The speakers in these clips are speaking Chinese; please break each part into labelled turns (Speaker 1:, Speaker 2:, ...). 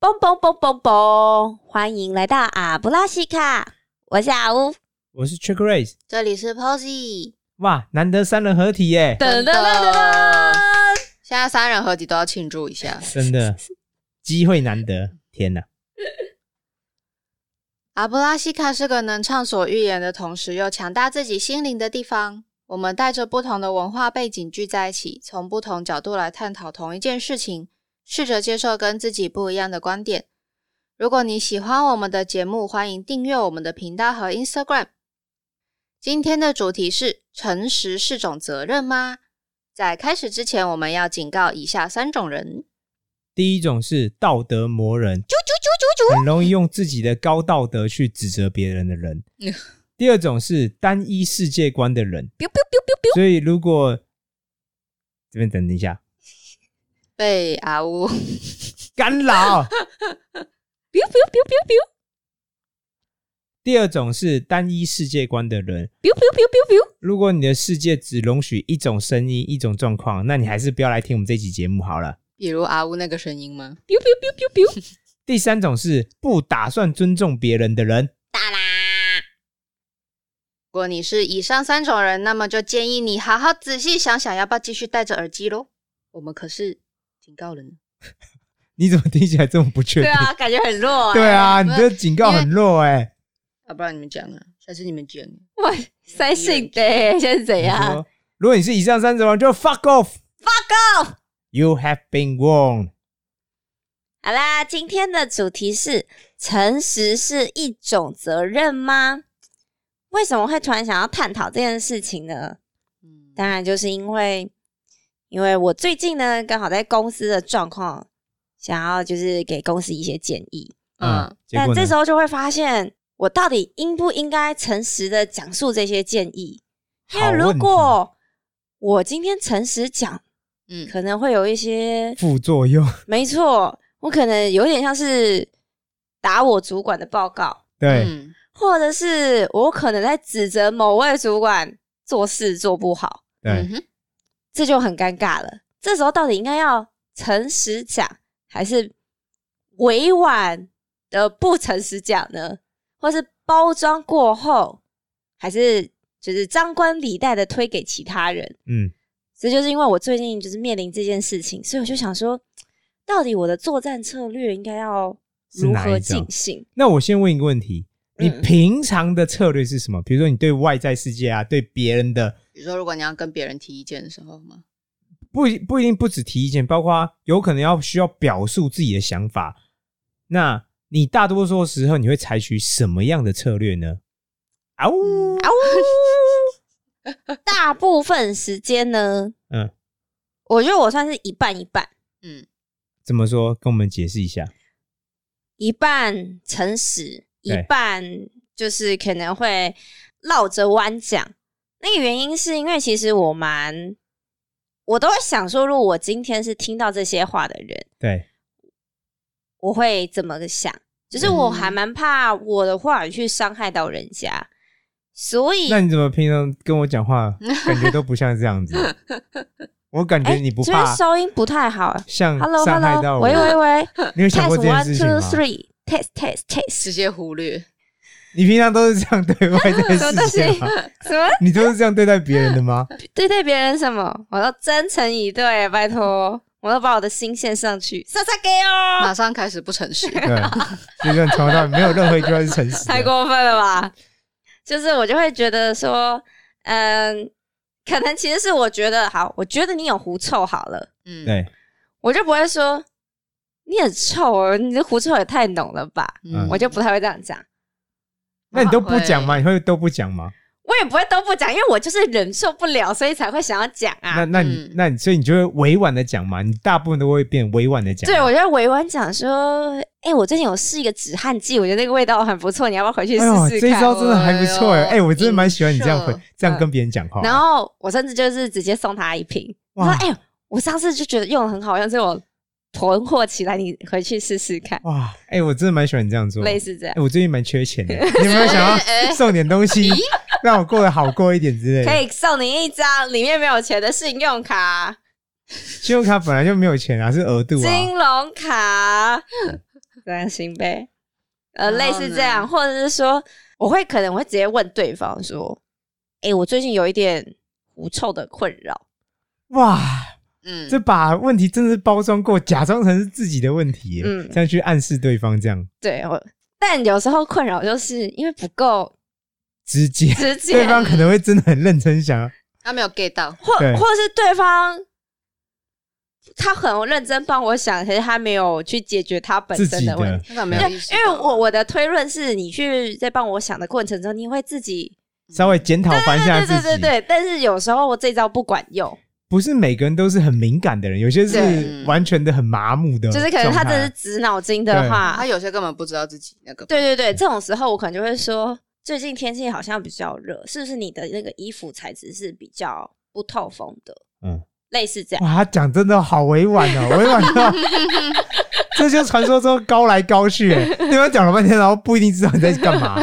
Speaker 1: 嘣嘣嘣嘣嘣！欢迎来到阿布拉西卡，我是阿乌，
Speaker 2: 我是 Trick Race。
Speaker 3: 这里是 Posy，
Speaker 2: 哇，难得三人合体耶！
Speaker 1: 噔噔
Speaker 3: 真的
Speaker 1: 噔噔噔！
Speaker 3: 现在三人合体都要庆祝一下。
Speaker 2: 真的，机会难得，天哪！
Speaker 3: 阿布拉西卡是个能畅所欲言的同时又强大自己心灵的地方。我们带着不同的文化背景聚在一起，从不同角度来探讨同一件事情，试着接受跟自己不一样的观点。如果你喜欢我们的节目，欢迎订阅我们的频道和 Instagram。今天的主题是：诚实是种责任吗？在开始之前，我们要警告以下三种人。
Speaker 2: 第一种是道德魔人，很容易用自己的高道德去指责别人的人
Speaker 3: 嗯。
Speaker 2: 第二种是单一世界观的人，所以如果这边等一下，
Speaker 3: 被阿乌
Speaker 2: 干扰。第二种是单一世界观的人，如果你的世界只容许一种声音、一种状况，那你还是不要来听我们这期节目好了。
Speaker 3: 比如阿乌那个声音吗？
Speaker 2: 第三种是不打算尊重别人的人，
Speaker 3: 如果你是以上三种人，那么就建议你好好仔细想想，要不要继续戴着耳机喽。我们可是警告了呢。
Speaker 2: 你怎么听起来这么不确
Speaker 1: 对
Speaker 2: 定？
Speaker 1: 啊，感觉很弱、欸。
Speaker 2: 对，啊，你
Speaker 3: 不是
Speaker 2: 这警告很弱哎、欸。
Speaker 3: 要、不然你们讲啊，下次你们讲。
Speaker 1: 哇，塞性的、欸，现在是怎
Speaker 2: 你
Speaker 1: 样
Speaker 2: 说？如果你是以上三种人，就 fuck off。
Speaker 1: Fuck off！
Speaker 2: You have been warned。
Speaker 1: 好啦，今天的主题是：诚实是一种责任吗？为什么会突然想要探讨这件事情呢？
Speaker 3: 嗯，
Speaker 1: 当然，就是因为因为我最近呢，刚好在公司的状况，想要就是给公司一些建议，
Speaker 2: 嗯
Speaker 3: 嗯，
Speaker 2: 结
Speaker 1: 但
Speaker 2: 果呢
Speaker 1: 这时？候就会发现，我到底应不应该诚实的讲述这些建议？因为
Speaker 2: 好
Speaker 1: 如
Speaker 2: 问题
Speaker 1: 果我今天诚实讲，
Speaker 3: 嗯
Speaker 1: 可能会有一些，
Speaker 2: 副作用，
Speaker 1: 没错，我可能有点像是打我主管的报告，
Speaker 2: 对，
Speaker 3: 嗯
Speaker 1: 或者是我可能在指责某位主管做事做不好。
Speaker 3: 嗯
Speaker 2: 对，
Speaker 3: 哼，
Speaker 1: 这就很尴尬了。这时候到底应该要诚实讲，还是委婉的不诚实讲呢？或是包装过后，还是就是张冠李戴的推给其他人？
Speaker 2: 嗯，
Speaker 1: 这就是因为我最近就是面临这件事情，所以我就想说，到底我的作战策略应该要
Speaker 2: 是
Speaker 1: 如
Speaker 2: 哪
Speaker 1: 何
Speaker 2: 一种
Speaker 1: 进行？
Speaker 2: 那我先问一个问题：你
Speaker 1: 嗯
Speaker 2: 平常的策略是什么？比如说你对外在世界啊，对别人的
Speaker 3: 比如说，如果你要跟别人提意见的时候嘛，
Speaker 2: 不一不一定不只提意见，包括有可能要需要表述自己的想法。那你大多数时候你会采取什么样的策略呢？啊呜，
Speaker 1: 啊呜！ 大部分时间呢，
Speaker 2: 嗯，
Speaker 1: 我觉得我算是一半一半。
Speaker 3: 嗯
Speaker 2: 怎么说？跟我们解释一下。
Speaker 1: 一半诚实，一
Speaker 2: 对
Speaker 1: 半就是可能会绕着弯讲。那个原因是因为其实我蛮，我都会想说，如果我今天是听到这些话的人，
Speaker 2: 对，
Speaker 1: 我会怎么想？就是
Speaker 3: 嗯
Speaker 1: 我还蛮怕我的话语去伤害到人家，所以
Speaker 2: 那你怎么平常跟我 讲话，感觉都不像这样子？我感觉
Speaker 1: 哎
Speaker 2: 你不
Speaker 1: 这
Speaker 2: 怕
Speaker 1: 边收音不太好。
Speaker 2: 像
Speaker 1: Hello
Speaker 2: 伤害
Speaker 1: Hello，
Speaker 2: 到我
Speaker 1: 喂喂喂
Speaker 2: 你有 想过
Speaker 1: ，Test
Speaker 2: 这件
Speaker 1: one
Speaker 2: 事情
Speaker 1: two
Speaker 2: 吗？
Speaker 1: three，test test test，
Speaker 3: 直接忽略。
Speaker 2: 你平常都是这样对外在
Speaker 1: 什么东
Speaker 2: 世界吗？
Speaker 1: 什么
Speaker 2: 你都是这样对待别人的吗？
Speaker 1: 对待别人什么？我都真诚以对，拜托，我都把我的心献上去，撒撒给哦，
Speaker 3: 马上开始不诚 实。
Speaker 2: 对，就这样从头到尾没有任何一句话是诚实的。
Speaker 1: 太过分了吧？就是我就会觉得说，嗯，可能其实是我觉得好，我觉得你有狐臭好了，
Speaker 3: 嗯，
Speaker 2: 对，
Speaker 1: 我就不会说你很臭哦，你的狐臭也太浓了吧，
Speaker 2: 嗯
Speaker 1: 我就不太会这样讲，
Speaker 2: 那你都不讲吗？你会都不讲吗？
Speaker 1: 我也不会都不讲，因为我就是忍受不了，所以才会想要讲
Speaker 2: 那
Speaker 1: 啊。
Speaker 2: 那你、
Speaker 3: 嗯
Speaker 2: 那你所以你就会委婉的讲嘛，你大部分都会变委婉的讲。
Speaker 1: 对，我就会委婉讲说，哎、我最近有试一个止汗剂，我觉得那个味道很不错，你要不要回去试
Speaker 2: 哎呦，
Speaker 1: 试
Speaker 2: 这一
Speaker 1: 看？嗯
Speaker 2: 招真的还不错哎、
Speaker 3: 哎呦
Speaker 2: 哎、我真的蛮喜欢你这样回
Speaker 3: 影射
Speaker 2: 这样跟别人讲话。
Speaker 1: 然后我甚至就是直接送他一瓶，我说
Speaker 2: 哇：“
Speaker 1: 哎、我上次就觉得用的很好用，所以我囤货起来，你回去试试看。
Speaker 2: 哇，哎、我真的蛮喜欢你这样”做。
Speaker 1: 类似这样
Speaker 2: 哎，，我最近蛮缺 钱的，你有没有想要送点东西， 让我过得好过一点之类
Speaker 1: 哎可
Speaker 2: 的？
Speaker 1: 以送你一张里面没有钱的信用卡、
Speaker 2: 信用卡本来就没有钱啊，是额度 啊。
Speaker 1: 金融卡，担心呗。呃，
Speaker 3: 然后
Speaker 1: 类似这样，
Speaker 3: 呢
Speaker 1: 或者是说，我会可能我会直接问对方说：“诶，我最近有一点狐臭的困扰。
Speaker 2: 哇，
Speaker 3: 嗯，
Speaker 2: 这把问题真的是包装过，假装成是自己的问题耶，
Speaker 1: 嗯
Speaker 2: 这样去暗示对方，这样
Speaker 1: 对”我，但有时候困扰就是因为不够
Speaker 2: 直接，
Speaker 1: 直
Speaker 2: 对
Speaker 1: 接，
Speaker 2: 方可能会真的很认真想要，
Speaker 3: 他没有 get 到，
Speaker 1: 或
Speaker 2: 对
Speaker 1: 或是对方他很认真帮我想，可是他没有去解决他本
Speaker 2: 自
Speaker 1: 身
Speaker 2: 己
Speaker 1: 的问
Speaker 2: 的
Speaker 1: 题。
Speaker 3: 那个没有
Speaker 1: 对
Speaker 3: 意，识
Speaker 1: 因
Speaker 3: 到，
Speaker 1: 为我我的推论是你去在帮我想的过程中，你会自己
Speaker 2: 稍微检讨反下
Speaker 1: 对
Speaker 2: 自己，
Speaker 1: 对对对，但是有时候我这招不管用，
Speaker 2: 不是每个人都是很敏感的人，有些是
Speaker 3: 对
Speaker 2: 完全的很麻木嗯的
Speaker 1: 嗯
Speaker 2: 状
Speaker 1: 就
Speaker 2: 态，
Speaker 1: 是可能他真是直脑筋的话
Speaker 3: 啊他，有些根本不知道自己那个，
Speaker 1: 对对对，这种时候我可能就会说，最近天气好像比较热，是不是你的那个衣服材质是比较不透风的？
Speaker 2: 嗯
Speaker 1: 嗯，类似这样。
Speaker 2: 哇，他讲真的好委婉哦，委婉 到，这就是传说中高来高去，哎对方讲了半天，然后不一定知道你在 干嘛，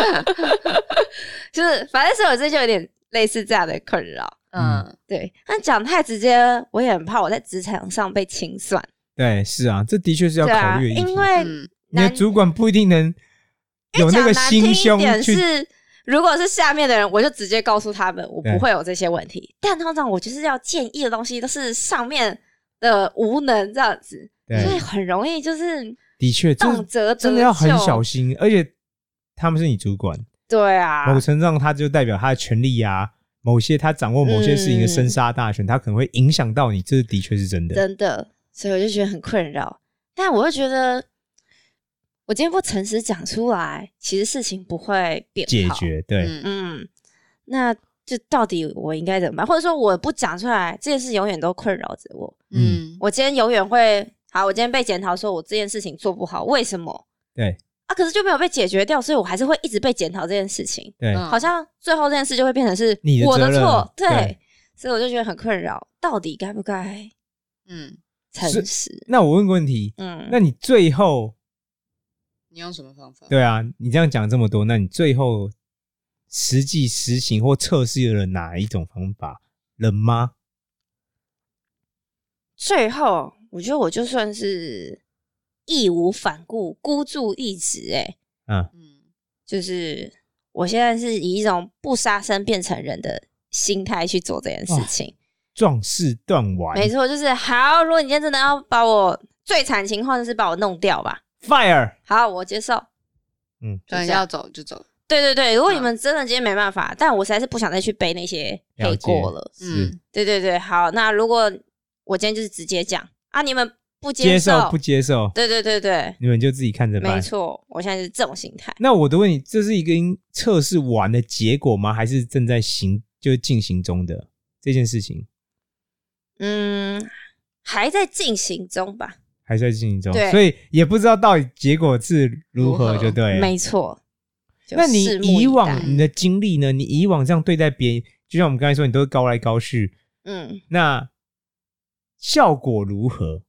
Speaker 1: 就是反正所以我这就有点类似这样的困扰。
Speaker 3: 嗯，
Speaker 1: 对，但讲太直接，我也很怕我在职场上被清算。
Speaker 2: 对，是啊，这的确是要
Speaker 1: 对
Speaker 2: 考
Speaker 1: 啊，
Speaker 2: 虑的议题
Speaker 1: 因为
Speaker 3: 嗯，
Speaker 2: 你的
Speaker 1: 男
Speaker 2: 主管不一定能
Speaker 1: 因
Speaker 2: 有
Speaker 1: 为
Speaker 2: 那
Speaker 1: 讲
Speaker 2: 个
Speaker 1: 难听
Speaker 2: 心
Speaker 1: 一
Speaker 2: 胸
Speaker 1: 点
Speaker 2: 去
Speaker 1: 是，如果是下面的人，我就直接告诉他们，我
Speaker 2: 对
Speaker 1: 不会有这些问题。但通常我就是要建议的东西都是上面的无能这样子，
Speaker 2: 对
Speaker 1: 所以很容易就是
Speaker 2: 的确，哎这
Speaker 1: 动辄
Speaker 2: 真的要很小
Speaker 1: 心。
Speaker 2: 心，而且他们是你主管，
Speaker 1: 对啊，
Speaker 2: 某程度上他就代表他的权利啊，某些他掌握某些事情的生杀大权，他可能会影响到你，这的确是真
Speaker 1: 嗯
Speaker 2: 的。
Speaker 1: 真的，所以我就觉得很困扰。但我又觉得，我今天不诚实讲出来，其实事情不会变
Speaker 2: 解
Speaker 1: 好。
Speaker 2: 决对，
Speaker 3: 嗯
Speaker 1: 嗯，那就到底我应该怎么办？或者说我不讲出来，这件事永远都困扰着我。
Speaker 3: 嗯，
Speaker 1: 我今天永远会，好，我今天被检讨说我这件事情做不好，为什么？
Speaker 2: 对
Speaker 1: 啊，可是就没有被解决掉，所以我还是会一直被检讨这件事情。
Speaker 2: 对，
Speaker 3: 嗯
Speaker 1: 好像最后这件事就会变成是
Speaker 2: 你的
Speaker 1: 我的
Speaker 2: 责任
Speaker 1: 错，对，
Speaker 2: 对
Speaker 1: 所以我就觉得很困扰，到底该不该
Speaker 3: 嗯，
Speaker 1: 诚实？
Speaker 2: 那我问个问题，
Speaker 1: 嗯，
Speaker 2: 那你最后
Speaker 3: 你用什么方法？
Speaker 2: 对啊，你这样讲这么多，那你最后实际实行或测试了哪一种方法？冷吗？
Speaker 1: 最后我觉得我就算是义无反顾、孤注一掷，哎，
Speaker 2: 嗯，
Speaker 3: 嗯，
Speaker 1: 就是我现在是以一种不杀生变成人的心态去做这件事情。
Speaker 2: 壮士断腕，
Speaker 1: 没错，就是好。如果你今天真的要把我最惨情况就是把我弄掉吧，
Speaker 2: ，fire，
Speaker 1: 好，我接受。
Speaker 2: 嗯，
Speaker 1: 就
Speaker 3: 对，
Speaker 1: 这
Speaker 3: 要
Speaker 1: 样。
Speaker 3: 走就走，
Speaker 1: 对对对，如果你
Speaker 3: 嗯
Speaker 1: 们真的今天没办法，但我实在是不想再去背那些
Speaker 2: 了
Speaker 1: 黑
Speaker 2: 解
Speaker 1: 锅了。
Speaker 2: 是
Speaker 3: 嗯
Speaker 1: 对对对，好，那如果我今天就是直接讲啊，你们不
Speaker 2: 接
Speaker 1: 受，
Speaker 2: 受不接受？
Speaker 1: 对对对对，
Speaker 2: 你们就自己看着
Speaker 1: 没
Speaker 2: 办。
Speaker 1: 错，我现在是这种心态。
Speaker 2: 那我的问题，这是一个因测试完的结果吗？还是正在行就是进行中的这件事情
Speaker 1: 嗯，还在进行中吧？
Speaker 2: 还是在进行中？
Speaker 1: 对
Speaker 2: 所以也不知道到底结果是如
Speaker 3: 如
Speaker 2: 何，
Speaker 3: 何
Speaker 2: 就对。
Speaker 1: 没错。就
Speaker 2: 那你
Speaker 1: 拭目
Speaker 2: 以往
Speaker 1: 待
Speaker 2: 你的经历呢？你以往这样对待别人，就像我们刚才说，你都是高来高去，
Speaker 1: 嗯
Speaker 2: 那效果如何？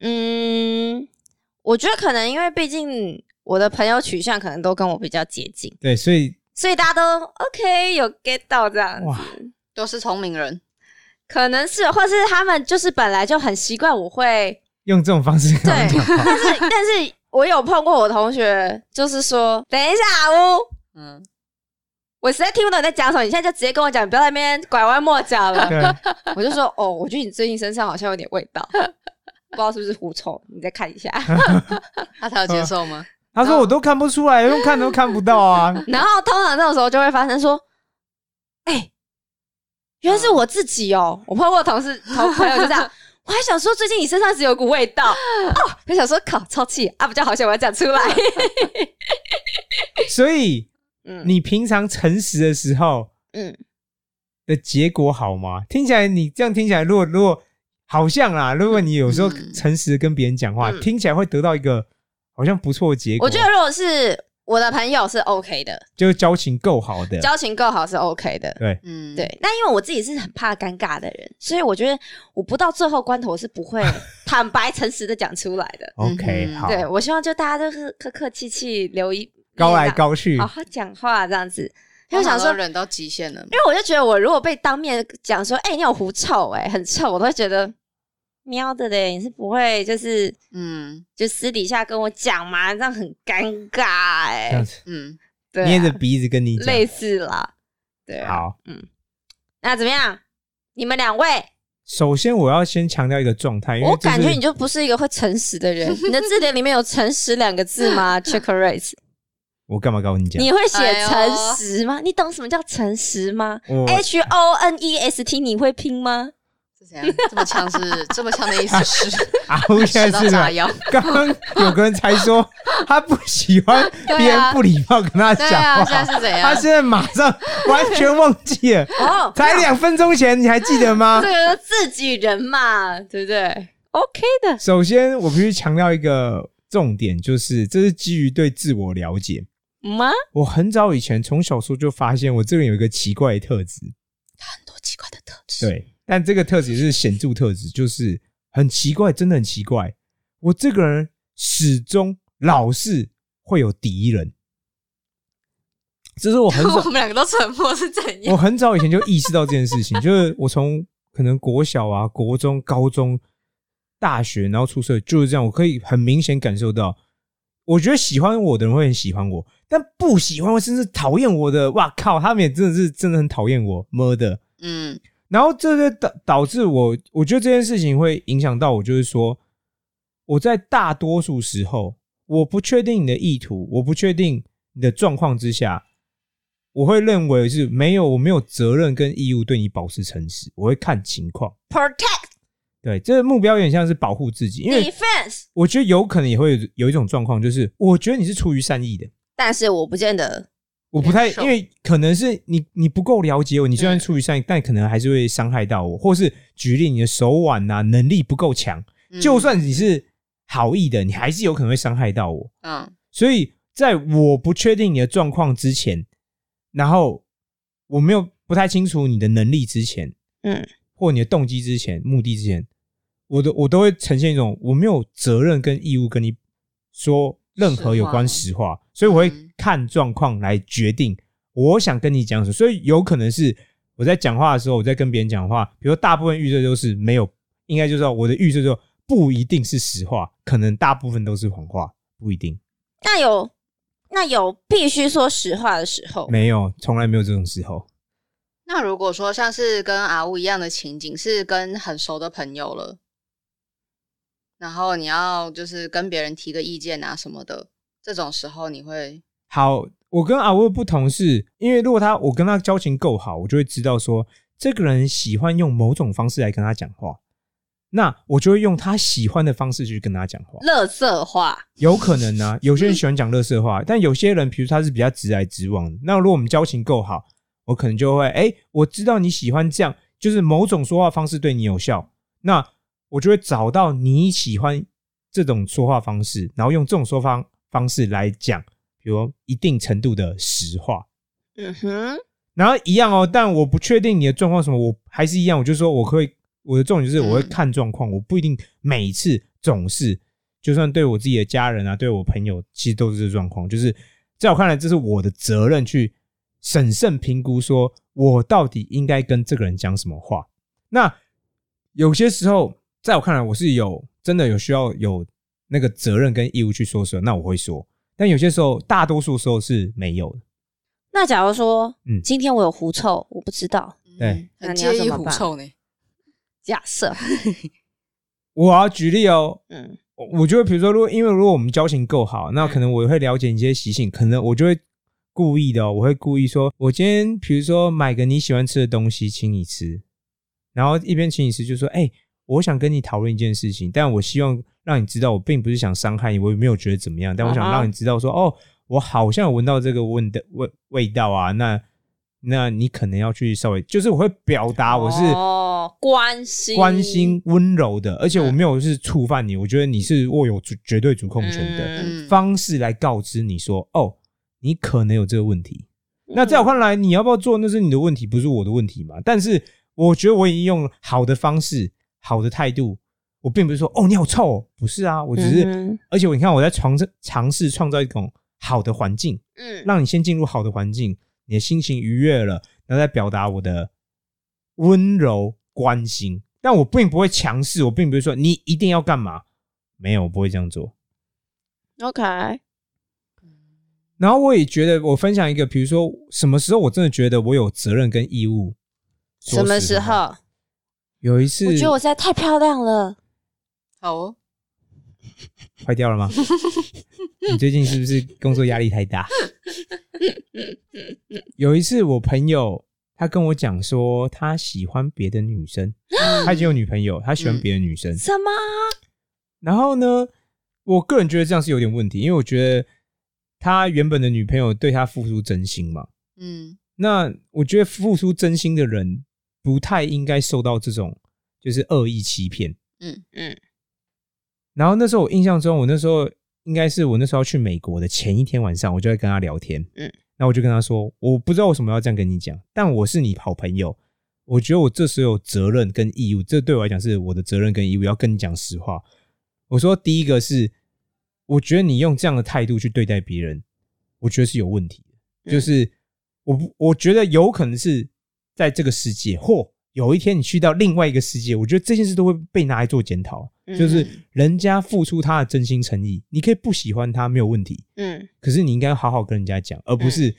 Speaker 1: 嗯，我觉得可能因为毕竟我的朋友取向可能都跟我比较接近，
Speaker 2: 对，所以
Speaker 1: 所以大家都 OK 有 get 到这样
Speaker 2: 哇
Speaker 1: 子，
Speaker 3: 都是聪明人，
Speaker 1: 可能是或是他们就是本来就很习惯我会
Speaker 2: 用这种方式跟
Speaker 1: 对
Speaker 2: 我，讲 话，
Speaker 1: 但是但是我有碰过我同学，就是说等一下阿乌。
Speaker 3: 嗯，
Speaker 1: 我实在听不懂你在讲什么，你现在就直接跟我讲，你不要在那边拐弯抹角了。
Speaker 2: 对，
Speaker 1: 我就说哦，我觉得你最近身上好像有点味道，不知道是不是狐臭，你再看一下。
Speaker 3: 那他有接受吗？
Speaker 2: 他
Speaker 1: 嗯
Speaker 2: 说我都看不出来，用看都看不到啊。
Speaker 1: 然后通常这种时候就会发生说，哎、原来是我自己哦、我碰过同事同朋友就这样，我还想说最近你身上只有股味道哦，我想说靠，超气啊，比较好想我要讲出来。
Speaker 2: 所以
Speaker 1: 嗯，
Speaker 2: 你平常诚实的时候
Speaker 1: 嗯，
Speaker 2: 的结果好吗？听起来你这样听起来，如果如果好像啦，如果你有时候
Speaker 3: 嗯
Speaker 2: 诚实地跟别人讲话，
Speaker 1: 嗯
Speaker 2: 听起来会得到一个好像不错的结果。
Speaker 1: 我觉得如果是我的朋友是 OK 的，
Speaker 2: 就是交情够好的，
Speaker 1: 交情够好是 OK 的。
Speaker 2: 呃对，
Speaker 3: 嗯，
Speaker 1: 对，那因为我自己是很怕尴尬的人，所以我觉得我不到最后关头我是不 会坦白诚实的讲出来的。
Speaker 2: OK，
Speaker 3: 嗯
Speaker 2: 好，
Speaker 1: 对，我希望就大家都是客客气气，留一
Speaker 2: 高来高去
Speaker 1: 好，好讲话这样子。因
Speaker 3: 他
Speaker 1: 为我
Speaker 3: 想
Speaker 1: 想
Speaker 3: 说
Speaker 1: 说，
Speaker 3: 忍到极限了，
Speaker 1: 因为我就觉得我如果被当面讲说，哎、你有狐臭、哎，很臭，我都会觉得喵的嘞，你是不会就是
Speaker 3: 嗯
Speaker 1: 就私底下跟我讲嘛，这样很尴尬哎、
Speaker 2: 这样子
Speaker 3: 嗯，
Speaker 1: 对啊、
Speaker 2: 捏着鼻子跟你讲。
Speaker 1: 类似啦，对、啊，
Speaker 2: 好，
Speaker 1: 那怎么样？你们两位，
Speaker 2: 首先我要先强调一个状态，因为
Speaker 1: 我
Speaker 2: 这是
Speaker 1: 感觉你就不是一个会诚实的 人。你的字典里面有“诚实”两个字吗 c h e c k r a t e
Speaker 2: 我干嘛跟你讲？
Speaker 1: 你会写
Speaker 3: 哎呦
Speaker 1: 诚实吗？你懂什么叫诚实吗
Speaker 2: 我
Speaker 1: ？H O N E S T，你会拼吗？
Speaker 3: 是这样，这么呛是这么呛的意思是
Speaker 2: 啊，我 现 在是
Speaker 3: 吃到炸
Speaker 2: 吧
Speaker 3: 药，
Speaker 2: 刚刚有个人才说他不喜 欢
Speaker 3: 对啊
Speaker 2: 别人不礼貌跟他
Speaker 3: 对
Speaker 2: 讲话，
Speaker 3: 啊，现在是怎
Speaker 2: 他
Speaker 3: 样？
Speaker 2: 现在马上完全忘记了，
Speaker 1: 哦，
Speaker 2: 才两分钟前你还记得 吗
Speaker 1: 这？个自己人嘛，对不对？OK 的，
Speaker 2: 首先，我必须强调一个重点，就是这是基于对自我了解。
Speaker 1: 吗？
Speaker 2: 我很早以前从小时候就发现我这个人有一个奇怪的特质，
Speaker 3: 很多奇怪的特质，
Speaker 2: 对，但这个特质是显著特质，就是很奇怪，真的很奇怪。我这个人始终老是会有敌人，这是我很早
Speaker 3: 我们两个都沉默是怎 样？
Speaker 2: 我很早以前就意识到这件事情， 就是我从可能国小啊、国中、高中、大学，然后出社就是这样，我可以很明显感受到，我觉得喜欢我的人会很喜欢我，但不喜欢我甚至讨厌我的，哇靠，他们也真的是真的很讨厌我，妈的！
Speaker 3: 嗯
Speaker 2: 然后这就导导致我，我觉得这件事情会影响到我，就是说，我在大多数时候，我不确定你的意图，我不确定你的状况之下，我会认为是没有，我没有责任跟义务对你保持诚实，我会看情况。
Speaker 1: protect
Speaker 2: 对，这个目标有点像是保护自己，因为
Speaker 1: defense，
Speaker 2: 我觉得有可能也会有有一种状况，就是我觉得你是出于善意的，
Speaker 1: 但是我不见得
Speaker 2: 我不太，
Speaker 3: 忍受
Speaker 2: 因为可能是你你不够了解我，你虽然出于善意，但可能还是会伤害到我，或是举例你的手腕呐、啊能力不够强，
Speaker 3: 嗯
Speaker 2: 就算你是好意的，你还是有可能会伤害到我。
Speaker 3: 嗯
Speaker 2: 所以在我不确定你的状况之前，然后我没有不太清楚你的能力之前，
Speaker 1: 嗯，
Speaker 2: 或你的动机之前、目的之前，我都我都会呈现一种我没有责任跟义务跟你说任何有关实话，所以我会
Speaker 3: 嗯
Speaker 2: 看状况来决定我想跟你讲什么。所以有可能是我在讲话的时候，我在跟别人讲话，比如说大部分预测都是没有，应该就是说我的预测就不一定是实话，可能大部分都是谎话，不一定
Speaker 1: 那有那有必须说实话的时候，
Speaker 2: 没有，从来没有这种时候。
Speaker 3: 那如果说像是跟阿乌一样的情景，是跟很熟的朋友了，然后你要就是跟别人提个意见啊什么的，这种时候你会
Speaker 2: 好，我跟阿威不同是，因为如果他我跟他交情够好，我就会知道说这个人喜欢用某种方式来跟他讲话，那我就会用他喜欢的方式去跟他讲话。
Speaker 1: 乐色话，
Speaker 2: 有可能呢、有些人喜欢讲乐色话，但有些人，比如他是比较直来直往的，那如果我们交情够好，我可能就会，哎、我知道你喜欢这样，就是某种说话方式对你有效，那我就会找到你喜欢这种说话方式，然后用这种说方方式来讲，比如一定程度的实话，
Speaker 1: 嗯哼，
Speaker 2: 然后一样哦，但我不确定你的状况是什么，我还是一样，我就说我会我的重点就是我会看状况，我不一定每次总是，就算对我自己的家人啊，对我朋友，其实都是这状况，就是在我看来，这是我的责任去审慎评估，说我到底应该跟这个人讲什么话。那有些时候，在我看来，我是有真的有需要有那个责任跟义务去说说，那我会说，但有些时候，大多数时候是没有的。
Speaker 1: 那假如说，
Speaker 2: 嗯
Speaker 1: 今天我有狐臭，我不知道，
Speaker 2: 对
Speaker 3: 嗯
Speaker 1: 那
Speaker 3: 很
Speaker 1: 你要
Speaker 3: 介意
Speaker 1: 怎么
Speaker 3: 狐
Speaker 1: 办
Speaker 3: 臭呢。
Speaker 1: 假设，
Speaker 2: 我要举例哦，
Speaker 1: 嗯，
Speaker 2: 我我就会比如说，如果因为如果我们交情够好，那可能我会了解你一些习性，可能我就会故意的哦、我会故意说，我今天比如说买个你喜欢吃的东西请你吃，然后一边请你吃就说，哎、我想跟你讨论一件事情，但我希望让你知道，我并不是想伤害你，我也没有觉得怎么样，但我想
Speaker 1: 啊哈
Speaker 2: 让你知道说，哦，我好像有闻到这个味的味味道啊，那那你可能要去稍微，就是我会表达啊我是。
Speaker 1: 哦，关心
Speaker 2: 关心、温柔的，而且我没有是触犯你，我觉得你是握有主绝对主控权的、
Speaker 1: 嗯
Speaker 3: 嗯，
Speaker 2: 方式来告知你说，哦，你可能有这个问
Speaker 1: 嗯
Speaker 2: 题。那在我看来，你要不要做那是你的问题，不是我的问题嘛。但是我觉得我已经用好的方式、好的态度，我并不是说哦你好臭、哦，不是啊，我只是，
Speaker 1: 嗯
Speaker 2: 而且我你看我在尝试尝试创造一种好的环境，
Speaker 1: 嗯
Speaker 2: 让你先进入好的环境，你的心情愉悦了，然后再表达我的温柔关心。但我并不会强势，我并不是说你一定要干嘛，没有，我不会这样做。
Speaker 1: OK，
Speaker 2: 然后我也觉得，我分享一个，比如说什么时候我真的觉得我有责任跟义务。说
Speaker 1: 什么时
Speaker 2: 话？
Speaker 1: 候？
Speaker 2: 有一次，
Speaker 1: 我觉得我实在太漂亮了，
Speaker 3: 好哦，
Speaker 2: 坏掉 了吗？你最近是不是工作压力太大？有一次，我朋友他跟我讲说，他喜欢别的女生，他已经有女朋友，他喜欢别的女生。
Speaker 1: 嗯什么？
Speaker 2: 然后呢，我个人觉得这样是有点问题，因为我觉得他原本的女朋友对他付出真心嘛。
Speaker 3: 嗯，
Speaker 2: 那我觉得付出真心的人不太应该受到这种就是恶意欺骗。
Speaker 3: 嗯
Speaker 1: 嗯。
Speaker 2: 然后那时候我印象中，我那时候应该是我那时候要去美国的前一天晚上，我就在跟他聊天。
Speaker 1: 嗯。
Speaker 2: 那我就跟他说，我不知道为什么要这样跟你讲，但我是你好朋友，我觉得我这时候有责任跟义务，这对我来讲是我的责任跟义务，要跟你讲实话。我说第一个是，我觉得你用这样的态度去对待别人，我觉得是有问题的。
Speaker 1: 嗯
Speaker 2: 就是我不，我觉得有可能是在这个世界，或有一天你去到另外一个世界，我觉得这件事都会被拿来做检讨。
Speaker 1: 嗯
Speaker 2: 就是人家付出他的真心诚意，你可以不喜欢他没有问题，
Speaker 1: 嗯
Speaker 2: 可是你应该好好跟人家讲，而不是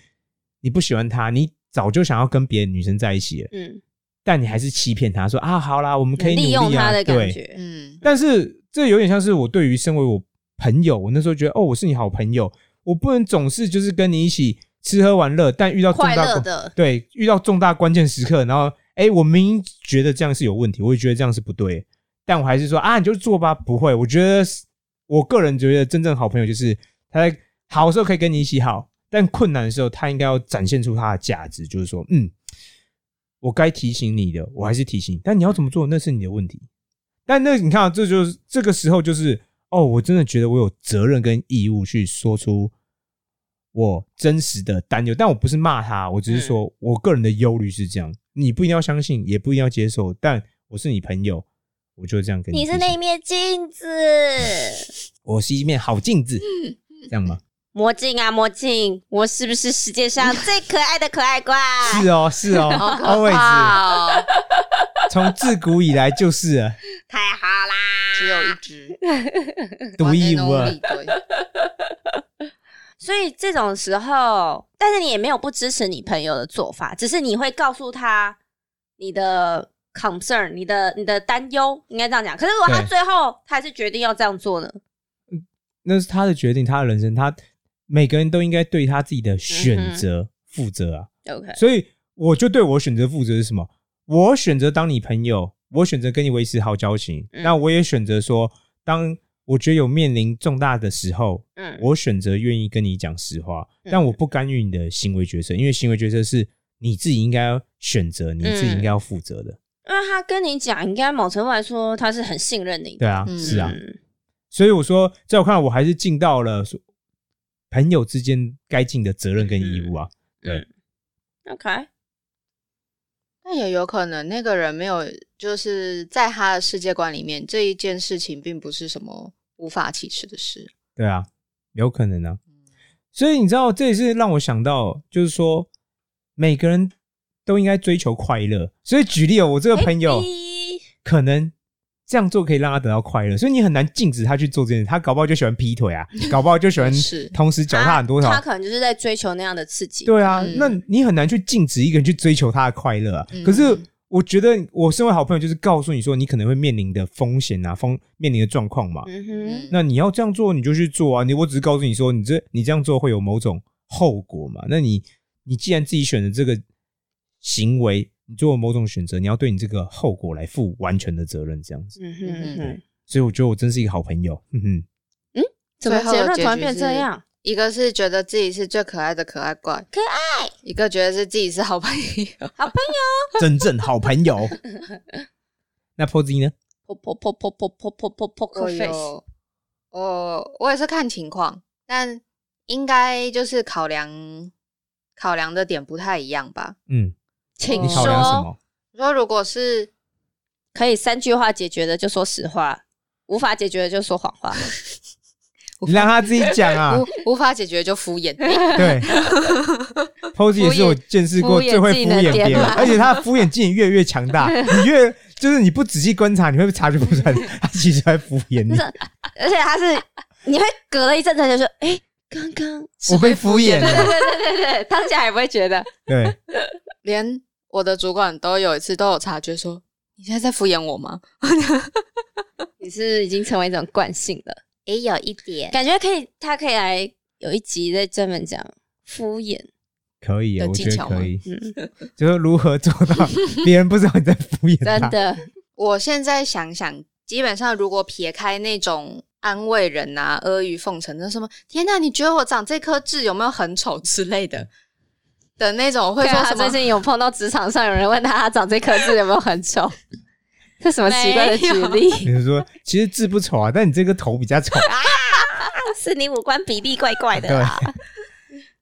Speaker 2: 你不喜欢他，你早就想要跟别的女生在一起了，
Speaker 1: 嗯，
Speaker 2: 但你还是欺骗他说啊，好啦，我们可以努
Speaker 1: 利
Speaker 2: 力啊
Speaker 1: 用他的感
Speaker 2: 对
Speaker 1: 觉，
Speaker 3: 嗯
Speaker 2: 但是这有点像是我对于身为我朋友，我那时候觉得哦，我是你好朋友，我不能总是就是跟你一起吃喝玩乐，但遇到重
Speaker 1: 快
Speaker 2: 大
Speaker 1: 乐
Speaker 2: 关
Speaker 1: 的，
Speaker 2: 对遇到重大关键时刻，然后哎、我明明觉得这样是有问题，我也觉得这样是不对，但我还是说啊，你就做吧，不会，我觉得是我个人觉得真正好朋友就是他在好的时候可以跟你一起好，但困难的时候他应该要展现出他的价值，就是说嗯。我该提醒你的，我还是提醒你，但你要怎么做，那是你的问题。但那你看、啊，这就是这个时候就是哦，我真的觉得我有责任跟义务去说出我真实的担忧，但我不是骂他，我只是说我个人的忧虑是这样，你不一定要相信，也不一定要接受，但我是你朋友，我就这样跟
Speaker 1: 你是
Speaker 2: 提
Speaker 1: 那
Speaker 2: 醒
Speaker 1: 一面镜子，
Speaker 2: 我是一面好镜子，
Speaker 1: 嗯
Speaker 2: 这样吗？
Speaker 1: 魔镜啊魔镜，我是不是世界 上最可爱的可爱怪？
Speaker 2: 是哦，是哦，always，
Speaker 3: 好，
Speaker 2: 从自古以来就是了
Speaker 1: 太好啦！
Speaker 3: 只有一 只，
Speaker 2: 独一无
Speaker 3: One
Speaker 2: 二
Speaker 3: and。only，对
Speaker 1: 所以这种时候，但是你也没有不支持你朋友的做法，只是你会告诉他你的 concern，你的你的担忧，应该这样讲。可是如果他
Speaker 2: 对
Speaker 1: 最后他还是决定要这样做呢？
Speaker 2: 那是他的决定，他的人生，他每个人都应该对他自己的选
Speaker 1: 嗯
Speaker 2: 择负责啊。
Speaker 1: OK，
Speaker 2: 所以我就对我选择负责是什么？我选择当你朋友，我选择跟你维持好交情。
Speaker 1: 嗯
Speaker 2: 那我也选择说，当我觉得有面临重大的时候，
Speaker 1: 嗯，
Speaker 2: 我选择愿意跟你讲实话，
Speaker 1: 嗯
Speaker 2: 但我不干预你的行为决策，因为行为决策是你自己应该要选择，你自己应该要负责的。
Speaker 1: 因为他跟你讲，应该某程度来说他是很信任你的。
Speaker 2: 对啊，
Speaker 3: 嗯
Speaker 2: 是啊。
Speaker 1: 嗯
Speaker 2: 所以我说，在我看来，我还是尽到了朋友之间该尽的责任跟义务啊。
Speaker 1: ，OK，
Speaker 3: 那也有可能那个人没有，就是在他的世界观里面，这一件事情并不是什么无法启齿的事。
Speaker 2: 对啊，有可能啊。所以你知道，这也是让我想到，就是说，每个人都应该追求快乐。所以举例哦，我
Speaker 1: 哎
Speaker 2: 这个朋友
Speaker 1: Maybe
Speaker 2: 可能这样做可以让他得到快乐，所以你很难禁止他去做这件事。他搞不好就喜欢劈腿啊，搞不好就喜欢
Speaker 3: 是
Speaker 2: 同时脚踏很多条。
Speaker 1: 他他可能就是在追求那样的刺激。
Speaker 2: 对啊，
Speaker 3: 嗯
Speaker 2: 那你很难去禁止一个人去追求他的快乐啊。
Speaker 3: 嗯
Speaker 2: 可是我觉得，我身为好朋友，就是告诉你说，你可能会面临的风险啊，风面临的状况嘛。
Speaker 1: 嗯哼，
Speaker 2: 那你要这样做，你就去做啊。你我只是告诉你说，你这你这样做会有某种后果嘛。那你你既然自己选择这个行为，你做了某种选择，你要对你这个后果来负完全的责任，这样子。
Speaker 1: 嗯哼嗯哼，
Speaker 2: 所以我觉得我真是一个好朋友。哼哼，
Speaker 1: 怎么
Speaker 3: 最后
Speaker 1: 结
Speaker 3: 的
Speaker 1: 论
Speaker 3: 结
Speaker 1: 突然
Speaker 3: 局
Speaker 1: 变
Speaker 3: 是
Speaker 1: 这样？
Speaker 3: 一个是觉得自己是最可爱的可爱怪，
Speaker 1: 可
Speaker 3: 爱；一个觉得是自己是好朋友。
Speaker 2: 真正好朋友。那 Posy 呢？
Speaker 1: 破破破破破破破破破
Speaker 3: 我
Speaker 1: poker face。
Speaker 3: 有，我我也是看情况，但应该就是考量考量的点不太一样吧。
Speaker 2: 嗯，
Speaker 1: 请
Speaker 2: 你考量什么？
Speaker 3: 你说如果是
Speaker 1: 可以三句话解决的就说实话，无法解决的就说谎话。
Speaker 2: 你让他自己讲 啊。
Speaker 3: 无无法解决就敷衍。
Speaker 2: 对，Posy 也是我见识过最会敷衍
Speaker 1: 敷衍
Speaker 2: 别
Speaker 1: 自己
Speaker 2: 人
Speaker 1: 的，点吧
Speaker 2: 而且他的敷衍技能越来越强大，你越就是你不仔细观察，你会察觉不出来，他其实在敷衍 你
Speaker 1: 是。 而且他是你会隔了一阵子就说，哎、刚刚
Speaker 2: 我被敷衍
Speaker 1: 对对
Speaker 2: 了，
Speaker 1: 对对对，当下也不会觉 得，
Speaker 2: 对，
Speaker 3: 连我的主管都有一次都有察觉说，你现在在敷衍我吗？
Speaker 1: 你是不是已经成为一种惯性了，
Speaker 3: 也有一点，
Speaker 1: 感觉可以，他可以来有一集在专门讲敷衍，
Speaker 2: 可以，啊
Speaker 3: 有
Speaker 2: 我
Speaker 3: 技
Speaker 2: 觉得
Speaker 3: 巧吗
Speaker 2: 可以，
Speaker 1: 嗯，
Speaker 2: 就是如何做到别人不知道你在敷衍
Speaker 1: 真
Speaker 2: 他。
Speaker 1: 的，
Speaker 3: 我现在想想，基本上如果撇开那种安慰人啊、阿谀奉承的什么，天哪，你觉得我长这颗痣有没有很丑之类的的那种，会
Speaker 1: 对
Speaker 3: 说
Speaker 1: 啊，
Speaker 3: 什么
Speaker 1: 最？近有碰到职场上有人问他，他长这颗痣有没有很丑？这什么奇怪的举例？
Speaker 2: 你就说，其实字不丑啊，但你这个头比较丑。
Speaker 1: 是你五官比例怪怪
Speaker 2: 对，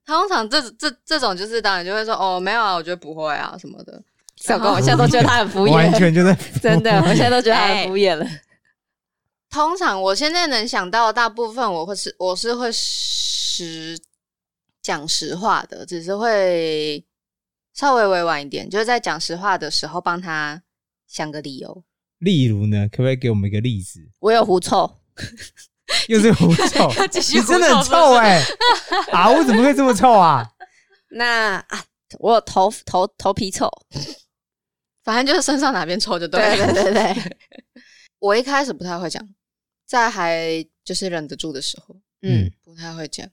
Speaker 3: 通常这这这种就是当然就会说哦，没有啊，我觉得不会啊什么的。
Speaker 1: 小狗，我现在都觉得他很敷
Speaker 2: 完
Speaker 1: 衍，
Speaker 2: 全就在
Speaker 1: 真的，我现在都觉得他很敷衍了。
Speaker 3: 通常我现在能想到的大部分，我会是我是会实讲实话的，只是会稍微委婉一点，就是在讲实话的时候帮他想个理由。
Speaker 2: 例如呢，可不可以给我们一个例子？
Speaker 1: 我有狐臭，
Speaker 2: 又是狐臭，
Speaker 3: 继续
Speaker 2: 你真的很
Speaker 3: 胡说
Speaker 2: 臭哎！啊，我怎么会这么臭啊？
Speaker 1: 那啊，我有头头头皮臭，
Speaker 3: 反正就是身上哪边臭就对了。
Speaker 1: 对对对对，
Speaker 3: 我一开始不太会讲，在还就是忍得住的时候
Speaker 1: 嗯
Speaker 2: 嗯，
Speaker 3: 不太会讲。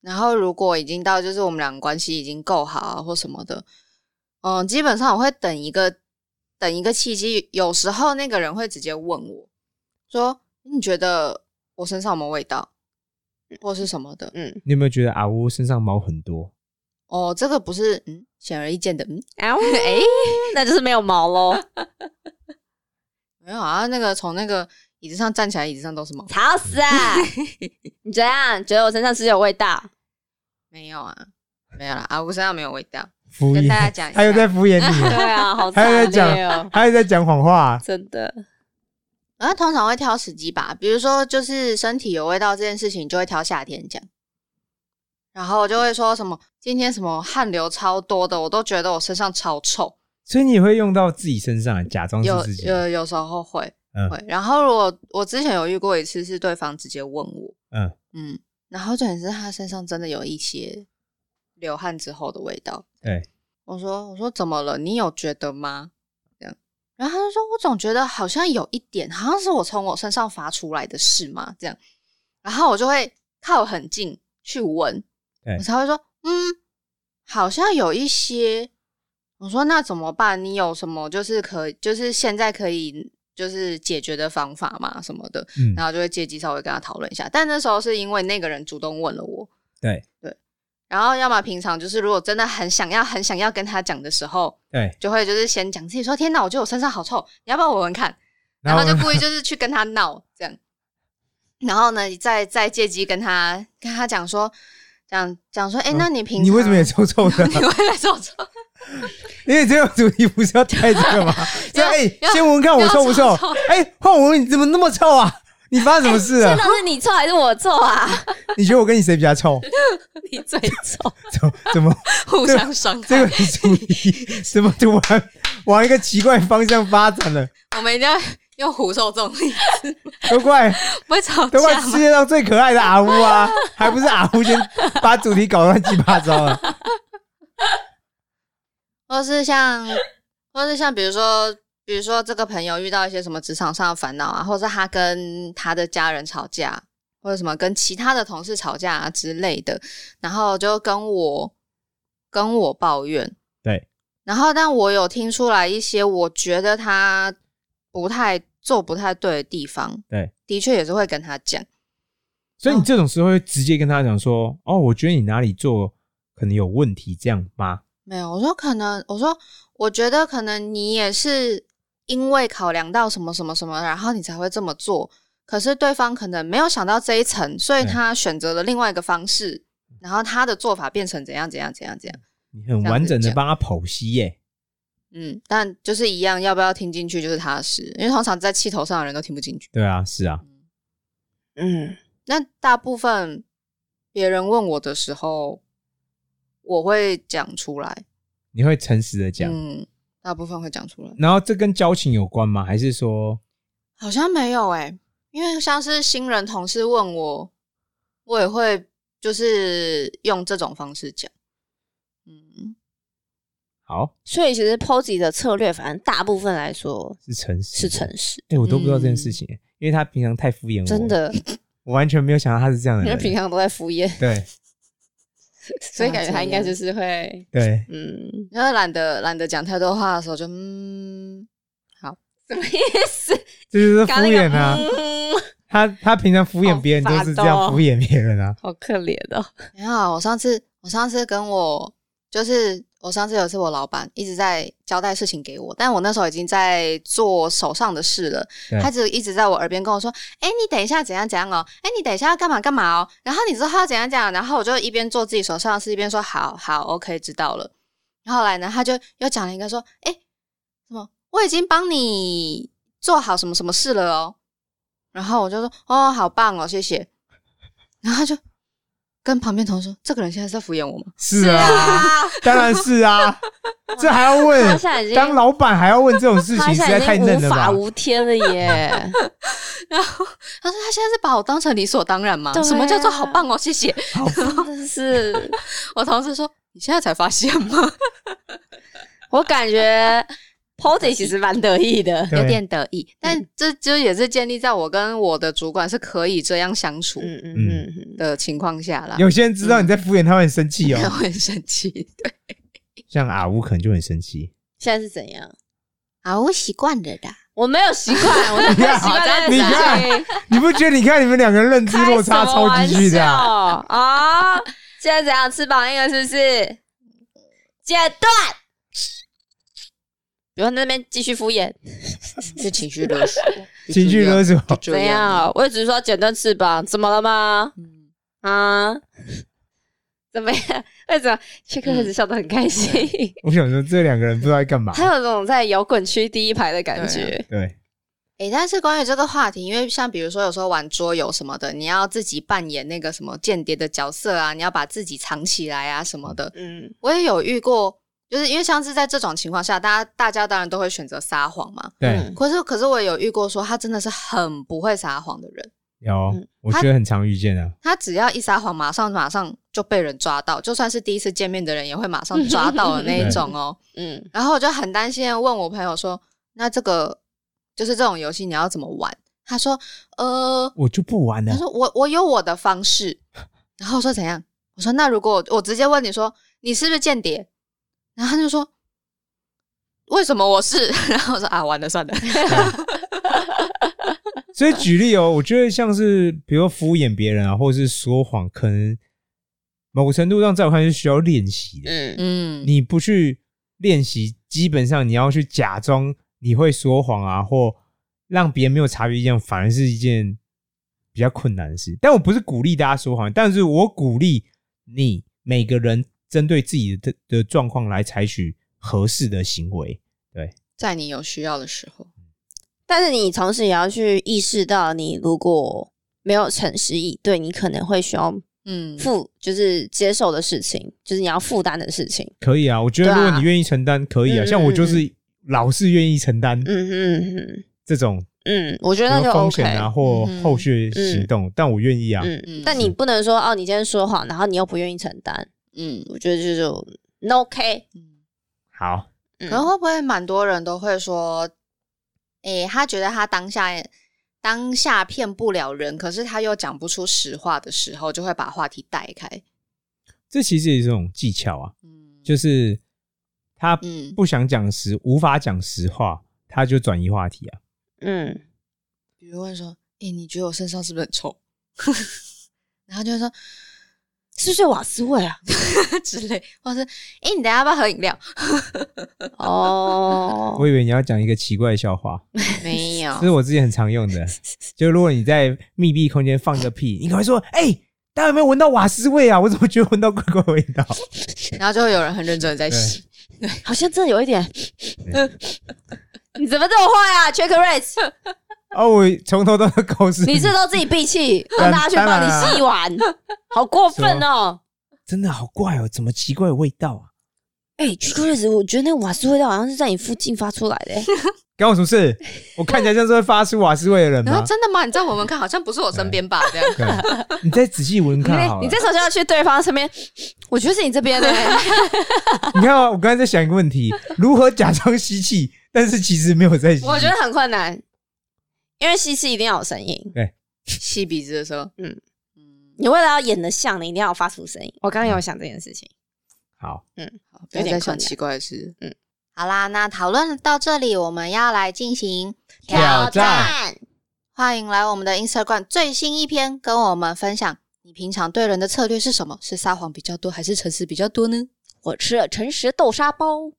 Speaker 3: 然后如果已经到就是我们俩关系已经够好啊或什么的，嗯，基本上我会等一个等一个契机。有时候那个人会直接问我说：“你觉得我身上有没有味道，或是什么的
Speaker 1: 嗯，
Speaker 2: 你有没有觉得阿乌身上毛很多？？”
Speaker 3: 哦，这个不是嗯显而易见的，嗯，
Speaker 1: 啊， 哎，那就是没有毛喽，
Speaker 3: 没有啊，那个从那个椅子上站起来，椅子上都是毛，
Speaker 1: 吵死啊！ 你怎样？觉得我身上是不是有味道？
Speaker 3: 没有啊，没有啦，阿乌身上没有味道。
Speaker 2: 敷
Speaker 3: 跟
Speaker 2: 衍，
Speaker 3: 大家讲一下
Speaker 2: 他又在敷衍
Speaker 1: 对
Speaker 2: 你，
Speaker 1: 啊， 好
Speaker 2: 他又在
Speaker 1: 惨烈
Speaker 2: 讲
Speaker 1: 哦，，
Speaker 2: 他又在讲谎话。
Speaker 1: 真的，
Speaker 3: 然后通常会挑时机吧，比如说就是身体有味道这件事情，就会挑夏天讲。然后我就会说什么今天什么汗流超多的，我都觉得我身上超臭。
Speaker 2: 所以你也会用到自己身上，啊假装
Speaker 3: 有
Speaker 2: 是自己。
Speaker 3: 有有时候会
Speaker 2: 嗯
Speaker 3: 会。然后如果我之前有遇过一次，是对方直接问我，
Speaker 2: 嗯
Speaker 3: 嗯，然后重点是他身上真的有一些流汗之后的味道。
Speaker 2: 对，
Speaker 3: 我说我说怎么了？你有觉得吗？这样，然后他就说，我总觉得好像有一点，好像是我从我身上发出来的是吗？这样，然后我就会靠很近去闻，
Speaker 2: 对
Speaker 3: 我才会说，嗯，好像有一些。我说那怎么办？你有什么就是可就是现在可以就是解决的方法吗？什么的，
Speaker 2: 嗯，
Speaker 3: 然后就会借机稍微跟他讨论一下。但那时候是因为那个人主动问了我，
Speaker 2: 对
Speaker 3: 然后要么平常就是如果真的很想要很想要跟他讲的时候，
Speaker 2: 对，
Speaker 3: 就会就是先讲自己说天哪，我觉得我身上好臭，你要不要闻闻看？然后就故意就是去跟他闹这样，然后呢再再借机跟他跟他讲说讲讲说，哎、那你平常
Speaker 2: 嗯你为什么也臭臭 的？
Speaker 3: 你会臭臭？
Speaker 2: 因为这个主题不是要带这 个吗？这样哎，
Speaker 3: 要
Speaker 2: 先闻看我
Speaker 3: 要
Speaker 2: 臭不
Speaker 3: 臭哎
Speaker 2: 臭？哎，换我问你怎么那么臭啊？你发生什么事
Speaker 1: 真
Speaker 2: 了
Speaker 1: 的？是你臭还是我臭啊？
Speaker 2: 你觉得我跟你谁比较臭？
Speaker 1: 你最臭，
Speaker 2: 怎么怎么
Speaker 3: 互相伤害，
Speaker 2: 这个主题 怎么突然往一个奇怪的方向发展了？
Speaker 3: 我们一定要用虎受重力，
Speaker 2: 都怪
Speaker 3: 不会吵
Speaker 2: 都怪
Speaker 3: 架
Speaker 2: 世
Speaker 3: 吗？
Speaker 2: 界上最可爱的阿乌啊， 还不是阿乌先把主题搞乱七八糟了？
Speaker 3: 或是像，或是像比如说，比如说这个朋友遇到一些什么职场上的烦恼啊，或者他跟他的家人吵架，或者什么跟其他的同事吵架啊之类的，然后就跟我跟我抱怨。
Speaker 2: 对，
Speaker 3: 然后但我有听出来一些，我觉得他不太做不太对的地方，
Speaker 2: 对，
Speaker 3: 的确也是会跟他讲。
Speaker 2: 所以你这种时候会直接跟他讲说：“哦，我觉得你哪里做可能有问题，这样吗
Speaker 3: 没有，我说可能，我说我觉得可能你也是因为考量到什么什么什么，然后你才会这么做。可是对方可能没有想到这一层，所以
Speaker 2: 对
Speaker 3: 他选择了另外一个方式，然后他的做法变成怎样怎样怎样怎样。？”
Speaker 2: 你很完整的帮他剖析耶、
Speaker 3: 嗯，但就是一样，要不要听进去就是他的事，因为通常在气头上的人都听不进去。
Speaker 2: 对啊，是啊，
Speaker 1: 嗯，
Speaker 3: 那大部分别人问我的时候，我会讲出来，
Speaker 2: 你会诚实的讲。
Speaker 3: 嗯，大部分会讲出来。
Speaker 2: 然后这跟交情有关吗？还是说
Speaker 3: 好像没有哎、因为像是新人同事问我，我也会就是用这种方式讲。嗯，
Speaker 2: 好
Speaker 1: 所以其实 POSY 的策略，反正大部分来说
Speaker 2: 是诚实？
Speaker 1: 是诚。实，
Speaker 2: 哎、我都不知道这件事情、因为他平常太敷衍我，
Speaker 1: 真，的，
Speaker 2: 我完全没有想到他是这样的
Speaker 1: 因为
Speaker 2: 人。
Speaker 1: 平常都在敷衍，
Speaker 2: 对
Speaker 1: 所以感觉他应该就是 会，
Speaker 2: 对，
Speaker 1: 嗯，
Speaker 3: 因为懒得懒得讲太多话的时候就，嗯，
Speaker 1: 什么意思？
Speaker 2: 这就是敷
Speaker 1: 刚刚那
Speaker 2: 衍
Speaker 1: 个
Speaker 2: 啊。
Speaker 1: 嗯
Speaker 2: 他他平常敷衍别人
Speaker 1: 好
Speaker 2: 都
Speaker 1: 烦
Speaker 2: 是这样
Speaker 1: 哦
Speaker 2: 敷衍别人啊。
Speaker 1: 好可怜哦，
Speaker 3: 没有啊。我上次我上次跟我就是我上次有一次我老板一直在交代事情给我，但我那时候已经在做手上的事了
Speaker 2: 对，
Speaker 3: 他只一直在我耳边跟我说：“哎、你等一下怎样怎样哦，哎、你等一下要干嘛干嘛哦。”然后你知道他要怎样怎样，然后我就一边做自己手上的事，一边说：“好好，OK，知道了。”然后后来呢，他就又讲了一个说：“哎、什么？我已经帮你做好什么什么事了哦。”然后我就说：“哦，好棒哦，谢谢。”然后他就跟旁边同事说：“这个人现在是在敷衍我吗？”
Speaker 2: 是啊，当然 是啊，这还要
Speaker 1: 他
Speaker 2: 问
Speaker 1: 现？在已经，
Speaker 2: 当老板还要问这种事
Speaker 1: 他
Speaker 2: 情，实
Speaker 1: 现
Speaker 2: 在
Speaker 1: 在
Speaker 2: 太
Speaker 1: 已经
Speaker 2: 嫩
Speaker 1: 无
Speaker 2: 了
Speaker 1: 法
Speaker 2: 吧？
Speaker 1: 无天了 耶，
Speaker 3: 然后他说：“他现在是把我当成理所当然吗？
Speaker 1: 对啊
Speaker 3: 什么叫做好棒哦，谢谢。”
Speaker 1: 真的是。
Speaker 3: 我同事说：“你现在才发现吗
Speaker 1: 我感觉 Posy 其实蛮得意的？”，
Speaker 2: 对
Speaker 3: 有点得意，但这就也是建立在我跟我的主管是可以这样相处
Speaker 1: 嗯嗯嗯嗯，
Speaker 3: 的情况下啦。
Speaker 2: 有些人知道你在敷衍，他会很生气
Speaker 3: 我
Speaker 2: 哦。
Speaker 3: 很生气，
Speaker 2: 像阿乌可能就很生气。
Speaker 1: 现在是怎样？
Speaker 3: 啊，我习惯了啦。
Speaker 1: 我没有习 惯，我没有习惯在
Speaker 2: 你看你不觉得？你看你们两个人认知落差超级巨
Speaker 1: 的
Speaker 2: 大。
Speaker 1: 啊！现在怎样？翅膀硬了是不是？剪断，不要在那边继续敷衍。
Speaker 3: 就情绪勒索，
Speaker 2: 情绪勒索
Speaker 3: 就这
Speaker 1: 怎
Speaker 3: 样，
Speaker 1: 样？我也只是说剪断翅膀，怎么了吗？
Speaker 3: 嗯
Speaker 1: 啊？怎么样？ 为什么切克一直笑得很开心？
Speaker 2: 我想说，这两个人不知道在干嘛。
Speaker 1: 还有种在摇滚区第一排的感觉。
Speaker 2: 对，
Speaker 3: 诶、但是关于这个话题，因为像比如说有时候玩桌游什么的，你要自己扮演那个什么间谍的角色啊，你要把自己藏起来啊什么的。
Speaker 1: 嗯，
Speaker 3: 我也有遇过，就是因为像是在这种情况下，大家大家当然都会选择撒谎嘛。
Speaker 2: 对，
Speaker 1: 嗯
Speaker 3: 可是可是我也有遇过说他真的是很不会撒谎的人，
Speaker 2: 有
Speaker 1: 嗯，
Speaker 2: 我觉得很常遇见啊。
Speaker 3: 他只要一撒谎，马上马上就被人抓到，就算是第一次见面的人也会马上抓到的那一种哦。
Speaker 1: 嗯，
Speaker 3: 然后我就很担心地问我朋友说：“那这个就是这种游戏你要怎么玩？”他说：“呃，
Speaker 2: 我就不玩了
Speaker 3: 他。说我我有我的方式。”然后我说怎样？我说那如果我直接问你说你是不是间谍？然后他就说为什么我是？ 然后我说啊，完了算了。
Speaker 2: 所以举例哦，我觉得像是比如说敷衍别人啊，或者是说谎，可能某个程度上，在我看来是需要练习的。
Speaker 1: 嗯，
Speaker 3: 嗯
Speaker 2: 你不去练习，基本上你要去假装你会说谎啊，或让别人没有察觉一样，反而是一件比较困难的事。但我不是鼓励大家说谎，但是我鼓励你每个人针对自己的的状况来采取合适的行为。
Speaker 3: 在你有需要的时候，
Speaker 1: 但是你同时也要去意识到，你如果没有诚实以对，你可能会需要
Speaker 3: 嗯，
Speaker 1: 负，就是接受的事情，就是你要负担的事情。
Speaker 2: 可以啊，我觉得
Speaker 1: 对
Speaker 2: 如
Speaker 1: 啊
Speaker 2: 果你愿意承担，可以啊。
Speaker 1: 嗯
Speaker 2: 像我就是老是愿意承担
Speaker 1: 嗯嗯嗯
Speaker 2: 这种
Speaker 1: 嗯，我觉
Speaker 2: 比
Speaker 1: 得那
Speaker 2: 如
Speaker 1: 就
Speaker 2: 说风
Speaker 1: OK
Speaker 2: 险。啊或
Speaker 3: 嗯
Speaker 2: 后续行动，但我愿意啊。
Speaker 1: 嗯
Speaker 3: 嗯，
Speaker 1: 但你不能说哦，你今天说谎，然后你又不愿意承担，
Speaker 3: 嗯
Speaker 1: 我觉得这就 no OK。
Speaker 3: 嗯，
Speaker 2: 好，
Speaker 1: 嗯
Speaker 3: 可能会不会蛮多人都会说，诶、他觉得他当下当下骗不了人，可是他又讲不出实话的时候，就会把话题带开。
Speaker 2: 这其实也是一种技巧啊，
Speaker 3: 嗯，
Speaker 2: 就是他
Speaker 3: 嗯
Speaker 2: 不想讲实，无法讲实话，他就转移话题啊。
Speaker 1: 嗯，
Speaker 3: 比如问说：“哎、你觉得我身上是不是很臭？” 然后就会说
Speaker 1: 是不是瓦斯味啊？
Speaker 3: 之类，或是“哎、你等一下要不要喝饮料
Speaker 1: 哦，
Speaker 2: 我以为你要讲一个奇怪的笑话，？”
Speaker 3: 没有
Speaker 2: 这是我之前很常用的。 就如果你在密闭空间放个屁，你可能会说：“哎、大家有没有闻到瓦斯味啊？我怎么觉得闻到怪怪的味道
Speaker 3: 然后就会有人很认真的在洗。
Speaker 1: 好像真的有一点。你怎么这么坏啊 c h e c k r a t e？”
Speaker 2: 哦，我从头到尾狗屎，
Speaker 1: 你这都自己闭气，
Speaker 2: 当啊
Speaker 1: 让大家去帮你吸完，好过分哦！
Speaker 2: 真的好怪哦，怎么奇怪的味道啊？
Speaker 1: 哎，确实，我觉得那个瓦斯味道好像是在你附近发出来的、欸
Speaker 2: 关我什么 事？我看起来像是会发出瓦斯味的人
Speaker 3: 然
Speaker 2: 吗
Speaker 3: 后？真的吗？啊你再闻闻看，好像不是我身边吧？这样
Speaker 2: 对， 你再仔细闻看好了。
Speaker 1: 你你这时候就要去对方身边，我觉得是你这边的、
Speaker 2: 你看啊，我刚才在想一个问题：如何假装吸气， 但是其实没有在吸 气。
Speaker 1: 我觉得很困难，因为吸气一定要有声音，
Speaker 3: 吸鼻子的时 候，
Speaker 1: 嗯
Speaker 3: 嗯，
Speaker 1: 你为了要演的像，你一定要发出声音。我刚刚有想这件事情，
Speaker 2: 好，
Speaker 3: 好不要
Speaker 1: 有点
Speaker 3: 再
Speaker 1: 困
Speaker 3: 想
Speaker 1: 难
Speaker 3: 奇怪的事。
Speaker 1: 嗯，
Speaker 3: 好啦，那讨论到这里，我们要来进行
Speaker 2: 挑战。
Speaker 3: 欢迎来我们的 Instagram 最新一篇，跟我们分享你平常对人的策略是什么？是撒谎比较多，还是诚实比较多呢？
Speaker 1: 我吃了诚实豆沙包，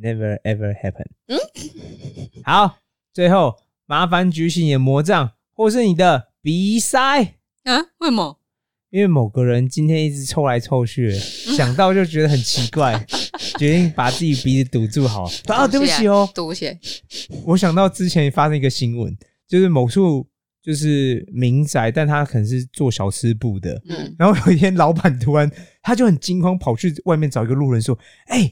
Speaker 2: Never ever happen。嗯，好，最后麻烦举起你的魔杖，或是你的鼻塞，
Speaker 3: 啊？为什么？
Speaker 2: 因为某个人今天一直抽来 抽去，想到就觉得很奇怪，决定把自己鼻子堵住 好了。啊，对不起哦，
Speaker 3: 毒血，
Speaker 2: 我想到之前发生一个新闻，就是某处就是民宅，但他可能是做小吃部的，
Speaker 3: 嗯，
Speaker 2: 然后有一天，老板突然他就很惊慌，跑去外面找一个路人说：“哎、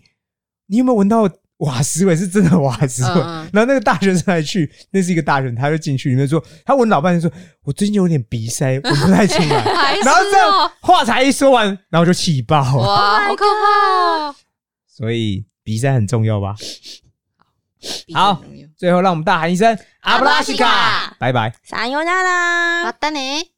Speaker 2: 你有没有闻到瓦斯味？是真的瓦斯味？”
Speaker 3: 嗯嗯
Speaker 2: 然后那个大学生还去，那是一个大人，他就进去里面说：“他闻老半天，说我最近有点鼻塞，闻不太清来。”
Speaker 3: 还是
Speaker 2: 然后这样
Speaker 3: 哦，
Speaker 2: 话才一说完，然后就气爆了。
Speaker 3: 哇，
Speaker 1: Oh my
Speaker 3: 好可怕哦！
Speaker 2: 所以鼻塞很重要吧？好
Speaker 3: 好，
Speaker 2: 最后让我们大喊一声“阿布拉西
Speaker 1: 阿布拉
Speaker 2: 卡
Speaker 1: 西卡”，
Speaker 2: 拜拜。
Speaker 1: 撒由那拉
Speaker 3: 好。的呢。